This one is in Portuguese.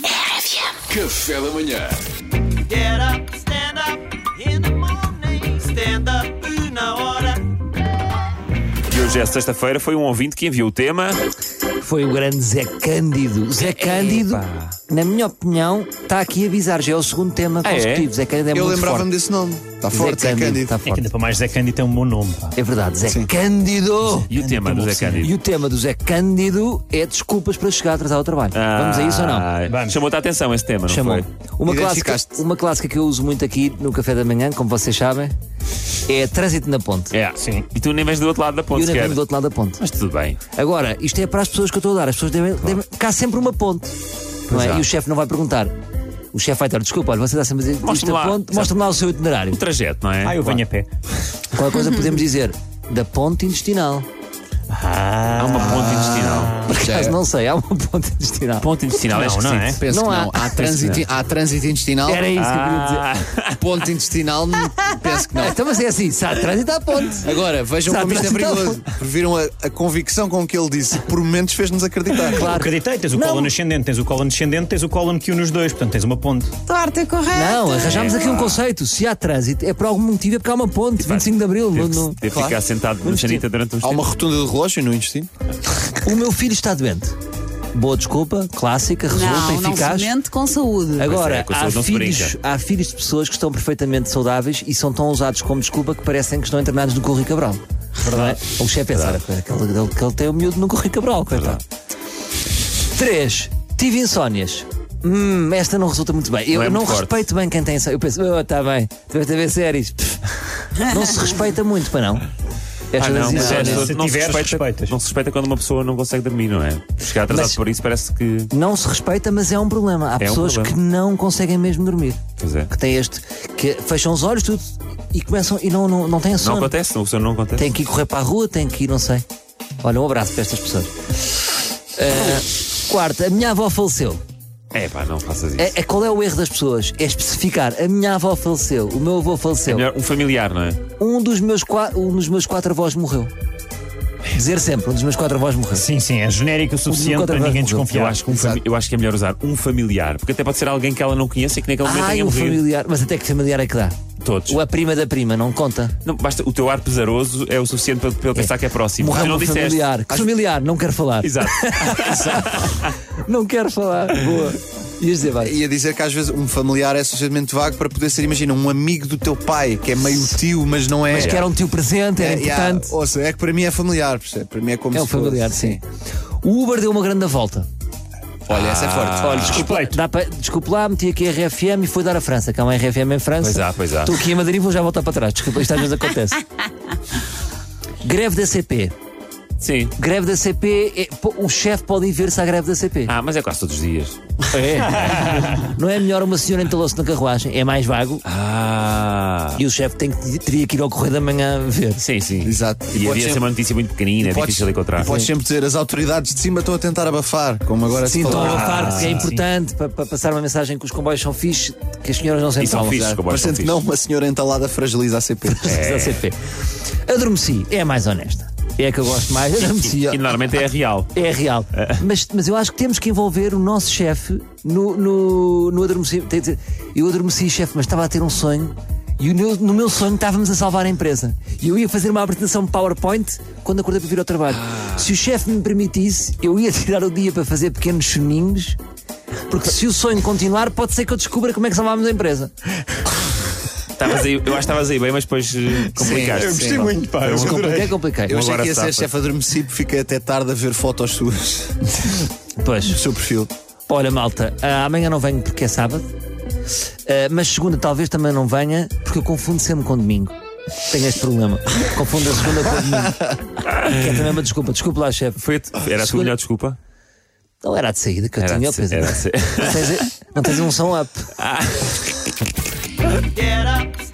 FM. Café da manhã. Get up, stand up in the morning. Stand up na hora. E hoje é sexta-feira, foi um ouvinte que enviou o tema. Foi o grande Zé Cândido. Zé Cândido, na minha opinião, está aqui a avisar. Já é o segundo tema Ah, é? consecutivo. Zé Cândido é Eu muito lembrava-me forte. desse nome. Está forte, Zé é Cândido. Cândido. está É que forte. ainda para mais Zé Cândido tem um bom nome. Pá. um É verdade, Zé Cândido. E o tema do Zé Cândido. E o tema do Zé Cândido é desculpas para chegar atrasado ao trabalho. Vamos a isso ou não? Ah, Vamos. Chamou-te a atenção esse tema, não Chamou. foi? Uma clássica, Identificaste. uma clássica que eu uso muito aqui no café da manhã, como vocês sabem, é trânsito na ponte. É. Sim. E tu nem vens do outro lado da E ponte eu nem sequer. venho do outro lado da ponte. Mas tudo bem. Agora, isto é para as pessoas que eu estou a dar. As pessoas devem. devem cá há sempre uma ponte. Não é? é. E o chefe não vai perguntar. O chefe vai estar, desculpa, olha, você está sempre a dizer isto Mostra-me da lá. ponte, mostra-me lá o seu itinerário. O trajeto, não é? Ah, eu venho a pé. Qual coisa podemos dizer? Da ponte intestinal. Há uma Ah. ponte intestinal. Por acaso não sei, há uma ponte intestinal. Ponte intestinal, Não, é não é? esquisito. Penso Não que há. não. Há trânsito, há trânsito intestinal, Era isso que eu queria dizer. Ah, ponto intestinal, não- penso que não. Então, mas é assim, se há trânsito há ponte. Agora, vejam Há como isto é trânsito à perigoso. Porque Viram a, a convicção com que ele disse, por momentos fez-nos acreditar. Claro. Acreditei, tens o Não. colo ascendente, tens o colo descendente, tens o colo que une os dois, portanto tens uma ponte. Torta correta. Não, arranjámos aqui um conceito. Se há trânsito, é por algum motivo, é porque há uma ponte, 25 de Abril. teve que- no- no- teve que Claro. ficar sentado na Vamos ter- janita durante uns Há uma tempos. rotunda de relógio no intestino. O meu filho está doente. Boa desculpa, clássica, resulta Não, não eficaz. se mente com saúde. Agora, é, com há, saúde não se filhos, brinca. há filhos de pessoas que estão perfeitamente saudáveis e são tão usados como desculpa que parecem que estão internados no Correio Cabral. Verdade. O chefe pensar, aquele, aquele, aquele tem o miúdo no Correio Cabral, coitado. Três, tive insónias. Hum, esta não resulta muito bem. Eu Não é não muito forte. respeito bem quem tem insónias. Eu penso, está bem, estiveste a ver séries. Pff, Não se respeita muito, para não. Ah, Estas não, mas é, insónias. não. não, Se se tiveres, respeita, respeitas. não se respeita quando uma pessoa não consegue dormir, não é? Chegar atrasado Mas- por isso parece que. Não se respeita, mas é um problema. Há pessoas problema. que não conseguem mesmo dormir. Pois é. Que têm este. que fecham os olhos tudo e começam e não, não, não têm Não sono. acontece, não, o sono não acontece. têm que ir correr para a rua, têm que ir, não sei. Olha, um abraço para estas pessoas. Ah, quarto, a minha avó faleceu. É pá, não faças isso. É, é- qual é o erro das pessoas? É especificar. A minha avó faleceu, o meu avô faleceu. Melhor um familiar, não é? Um, dos meus qua- um dos meus quatro avós morreu. Dizer sempre, um dos meus quatro avós morreu. Sim, sim, é genérico o suficiente Nunca para ninguém trabalho, desconfiar. Eu acho, que um fami- eu acho que é melhor usar um familiar, porque até pode ser alguém que ela não conheça e que naquele momento Ai, tenha o morrido. familiar. Mas até um que familiar é que dá? Todos. Ou a prima da prima, não conta? Não, basta, o teu ar pesaroso é o suficiente para, para ele pensar que é próximo. Morreu Tu não um disseste. familiar. Que familiar, não quero falar. Exato. Não quero falar. Boa. Ias dizer, É. vai. Ia dizer que às vezes um familiar é suficientemente vago para poder ser, imagina, um amigo do teu pai, que é meio tio, mas não é. Mas que era um tio presente, era É, yeah, importante. Oh, ouça, é que para mim é familiar, percebe? Para mim é como É um se fosse. familiar, sim. O Uber deu uma grande volta. Olha, essa é forte. Olha, desculpa, Respeito. dá pra- desculpe lá, meti aqui a RFM e fui dar a França, que há uma RFM em França. Pois há, pois há. Estou aqui em Madrid e vou já voltar para trás. Desculpa, isto às vezes acontece. greve da CP. Sim. Greve da CP, é- pô, o chefe pode ir ver-se à greve da CP. Ah, é? mas é quase todos os dias. Não é melhor uma senhora entalou-se na carruagem, é mais vago Ah. e o chefe tem que- teria que ir ao correio da manhã ver. Sim, sim. Exato. E, E havia podes sempre sempre- uma notícia muito pequenina, é Podes- difícil de encontrar. Podes sempre dizer, as autoridades de cima estão a tentar abafar, como agora Sim, se estão a falou. levantar porque é sim. importante para, para passar uma mensagem que os comboios são fixe, que as senhoras não se E são entalam. fixos, como Mas são sendo que fixos. não, uma senhora entalada fragiliza a CP. Da CP. Adormeci, é a mais honesta. É a que eu gosto mais. Adormeci. ó. E normalmente é real. É real. Mas, mas eu acho que temos que envolver o nosso chefe no, no, no adormeci. tem de dizer, Eu adormeci, chefe, mas estava a ter um sonho. E o meu- no meu sonho estávamos a salvar a empresa. E eu ia fazer uma apresentação PowerPoint quando acordei para vir ao trabalho. Se o chefe me permitisse, eu ia tirar o dia para fazer pequenos soninhos, porque se o sonho continuar, pode ser que eu descubra como é que salvámos a empresa. Estavas aí- eu acho que estavas aí bem, mas depois eh, complicaste. eu Sim. Sim. muito, pá. Eu Compliquei, adorei. compliquei. Eu Uma achei agora que ia ser safa. chefe adormecido, fica até tarde a ver fotos suas do Pois. seu perfil. Olha, malta, ah, amanhã não venho porque é sábado, Ah, mas segunda talvez também não venha, porque eu confundo sempre com domingo. Tenho este problema. Confundo a segunda com o domingo. Que é também uma desculpa. Desculpa lá, chefe. Foi, era a tua Segunda- melhor desculpa? Não era a de saída que eu Era tinha, a de- pois é. era a de- Não tens, não tens um som up. Get up,